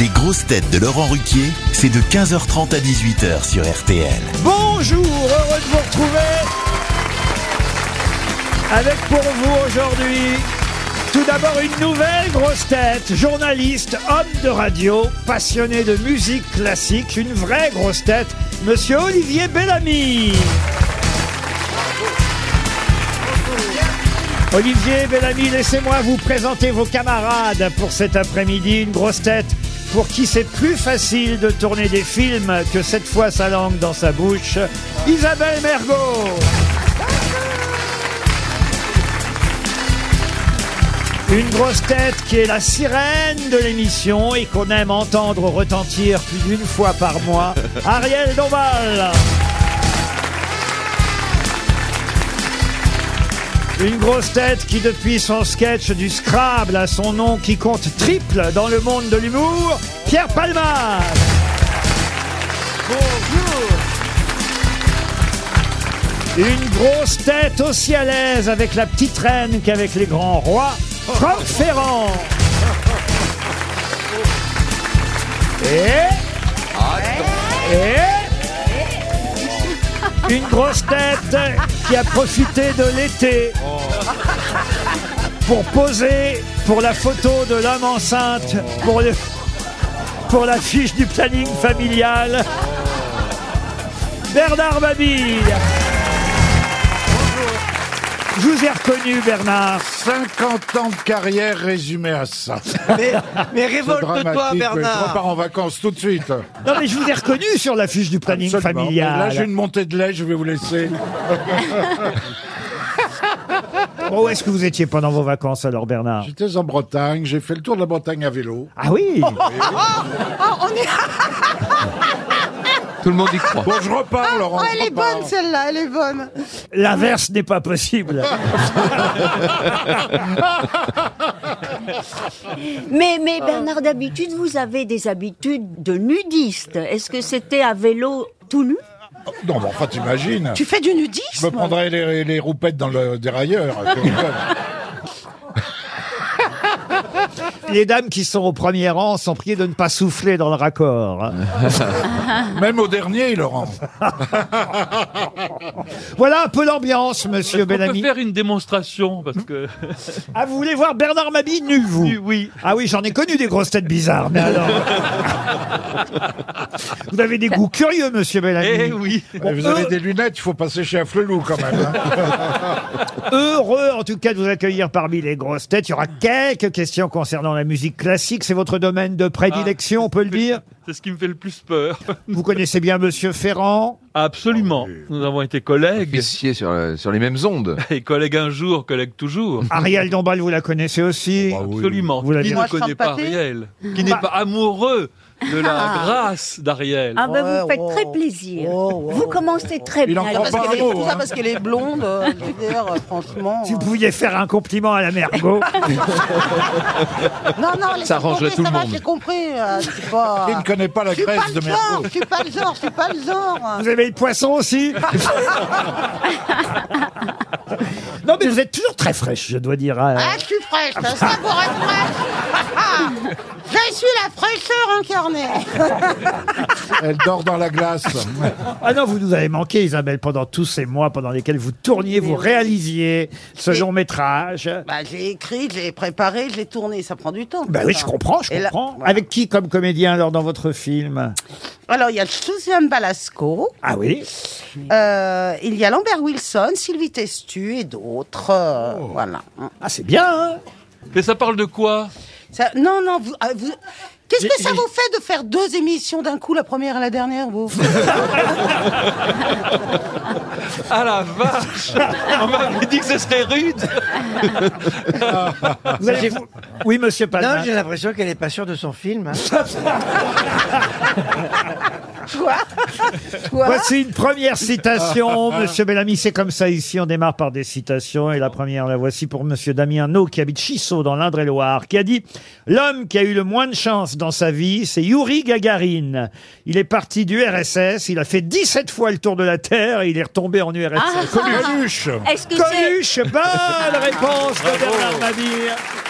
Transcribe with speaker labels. Speaker 1: Les grosses têtes de Laurent Ruquier, c'est de 15h30 à 18h sur RTL.
Speaker 2: Bonjour, heureux de vous retrouver avec pour vous aujourd'hui tout d'abord une nouvelle grosse tête, journaliste, homme de radio, passionné de musique classique, une vraie grosse tête, monsieur Olivier Bellamy. Olivier Bellamy, laissez-moi vous présenter vos camarades pour cet après-midi. Une grosse tête pour qui c'est plus facile de tourner des films que cette fois sa langue dans sa bouche. Isabelle Mergot. Une grosse tête qui est la sirène de l'émission et qu'on aime entendre retentir plus d'une fois par mois. Ariel Dombal. Une grosse tête qui, depuis son sketch du Scrabble, a son nom qui compte triple dans le monde de l'humour, Pierre Palmade. Une grosse tête aussi à l'aise avec la petite reine qu'avec les grands rois, Franck Ferrand. Et... Et... Une grosse tête qui a profité de l'été pour poser pour la photo de l'âme enceinte pour, le, pour la fiche du planning familial. Bernard Mabille. Je vous ai reconnu, Bernard.
Speaker 3: 50 ans de carrière résumée à ça.
Speaker 4: Mais, mais révolte-toi,
Speaker 3: Dramatique, mais Je
Speaker 4: Bernard.
Speaker 3: repars en vacances tout de suite.
Speaker 2: Non, mais je vous ai reconnu sur la fiche du planning
Speaker 3: Absolument. Là, j'ai
Speaker 2: familial.
Speaker 3: une montée de lait, je vais vous laisser.
Speaker 2: Où Oh, est-ce que vous étiez pendant vos vacances, alors, Bernard
Speaker 3: J'étais en Bretagne, j'ai fait le tour de la Bretagne à vélo.
Speaker 2: Ah oui
Speaker 4: Ah,
Speaker 5: Tout le monde y croit.
Speaker 3: Bon, je repars, Laurent.
Speaker 4: Oh,
Speaker 3: je
Speaker 4: Ah. elle est
Speaker 3: repars.
Speaker 4: bonne celle-là, elle est bonne.
Speaker 2: L'inverse n'est pas possible.
Speaker 6: Mais, mais Bernard, d'habitude, vous avez des habitudes de nudiste. Est-ce que c'était à vélo tout nu
Speaker 3: Non, mais enfin, t'imagines.
Speaker 4: Tu fais du
Speaker 3: Je me
Speaker 4: nudisme
Speaker 3: prendrais les, les roupettes dans le dérailleur.
Speaker 2: Les dames qui sont au premier rang sont priées de ne pas souffler dans le raccord.
Speaker 3: Même au dernier, Laurent.
Speaker 2: Voilà un peu l'ambiance, monsieur
Speaker 7: On peut
Speaker 2: Bellamy.
Speaker 7: faire une démonstration parce que
Speaker 2: Ah, vous voulez voir Bernard Mabille nu, vous
Speaker 7: oui, oui.
Speaker 2: Ah oui, j'en ai connu des grosses têtes bizarres, mais alors... vous avez des goûts curieux, monsieur Bellamy.
Speaker 7: Eh oui.
Speaker 3: Et vous
Speaker 4: euh.
Speaker 3: avez des lunettes, il faut passer chez un flelou quand même.
Speaker 4: Ah.
Speaker 3: hein.
Speaker 2: Heureux, en tout cas, de vous accueillir parmi les grosses têtes. Il y aura quelques questions concernant la musique classique. C'est votre domaine de prédilection, on peut le dire.
Speaker 7: C'est ce qui me fait le plus peur.
Speaker 2: Vous connaissez bien Monsieur Ferrand.
Speaker 7: Absolument. Nous avons été collègues
Speaker 5: Officier sur, euh, sur les mêmes ondes.
Speaker 7: et collègues un jour, collègues toujours.
Speaker 2: Ariel Dombal, vous la connaissez
Speaker 7: Oh,
Speaker 2: aussi.
Speaker 7: Ah bah Absolument.
Speaker 2: Vous l'avez
Speaker 7: qui
Speaker 2: dit.
Speaker 7: ne
Speaker 4: Moi, je
Speaker 7: connaît
Speaker 4: sens
Speaker 7: pas
Speaker 4: pâté.
Speaker 7: Ariel Qui n'est pas amoureux de la grâce d'Ariel
Speaker 6: Ah ben, vous
Speaker 4: Ouais, Oh,
Speaker 6: faites
Speaker 4: wow.
Speaker 6: très plaisir.
Speaker 4: Wow, wow.
Speaker 6: Vous commencez très
Speaker 3: Il en
Speaker 6: bien.
Speaker 3: prend
Speaker 4: Parce
Speaker 3: pas
Speaker 4: qu'elle
Speaker 3: un
Speaker 4: est-
Speaker 3: mot,
Speaker 4: Tout ça
Speaker 3: hein.
Speaker 4: parce qu'elle est blonde, euh, je veux dire, euh, franchement.
Speaker 2: Si vous
Speaker 4: euh.
Speaker 2: pouviez faire un compliment à la mergot.
Speaker 4: Non, non, laissez
Speaker 5: Ça
Speaker 4: tomber,
Speaker 5: arrangerait tout
Speaker 4: ça
Speaker 5: le
Speaker 4: va,
Speaker 5: monde.
Speaker 4: j'ai compris. euh, Je suis pas.
Speaker 3: Il ne connaît pas la
Speaker 4: Je suis pas
Speaker 3: graisse
Speaker 4: le
Speaker 3: de
Speaker 4: genre,
Speaker 3: Mergo.
Speaker 4: je suis pas le genre, je suis pas le genre.
Speaker 2: vous avez le poisson aussi Non, mais vous êtes toujours très fraîche, je dois dire. euh.
Speaker 4: Ah, je suis fraîche, ça pour être fraîche. Je suis la fraîcheur incarnée.
Speaker 3: Elle dort dans la glace.
Speaker 2: Ah non, vous nous avez manqué, Isabelle, pendant tous ces mois pendant lesquels vous tourniez, vous réalisiez ce
Speaker 4: Et-
Speaker 2: long métrage.
Speaker 4: Bah, j'ai écrit, j'ai préparé, j'ai tourné, ça prend du temps.
Speaker 2: Ben oui, je
Speaker 4: Enfin.
Speaker 2: comprends, je
Speaker 4: Et là-
Speaker 2: comprends.
Speaker 4: voilà.
Speaker 2: Avec qui comme comédien alors dans votre film
Speaker 4: Alors, il y a Suzanne Balasco.
Speaker 2: Ah oui
Speaker 4: Euh, il y a Lambert Wilson, Sylvie Testu et d'autres. euh, Voilà.
Speaker 2: Ah c'est bien hein
Speaker 7: Mais ça parle de quoi
Speaker 4: Ça- non, non, vous. ah, vous- Qu'est-ce que
Speaker 2: J'ai-
Speaker 4: ça
Speaker 2: j'ai-
Speaker 4: vous fait de faire deux émissions d'un coup, la première et la dernière, vous
Speaker 7: Ah la vache On m'avait dit que ce serait rude
Speaker 2: Vous allez vous- Oui, monsieur Palma.
Speaker 8: Non, j'ai l'impression qu'elle n'est pas sûre de son film. hein.
Speaker 4: Quoi Quoi
Speaker 2: Voici une première citation, monsieur Bellamy. C'est comme ça ici, on démarre par des citations. Et la première, la voici pour monsieur Damien No, qui habite Chissot, dans l'Indre-et-Loire, qui a dit L'homme qui a eu le moins de chance dans sa vie, c'est Yuri Gagarine. Il est parti du RSS, il a fait 17 fois le tour de la Terre et il est retombé en
Speaker 6: Ah,
Speaker 2: URSS.
Speaker 3: Coluche.
Speaker 6: Est-ce que c'est
Speaker 2: Coluche, bonne réponse de Bernard Mabille.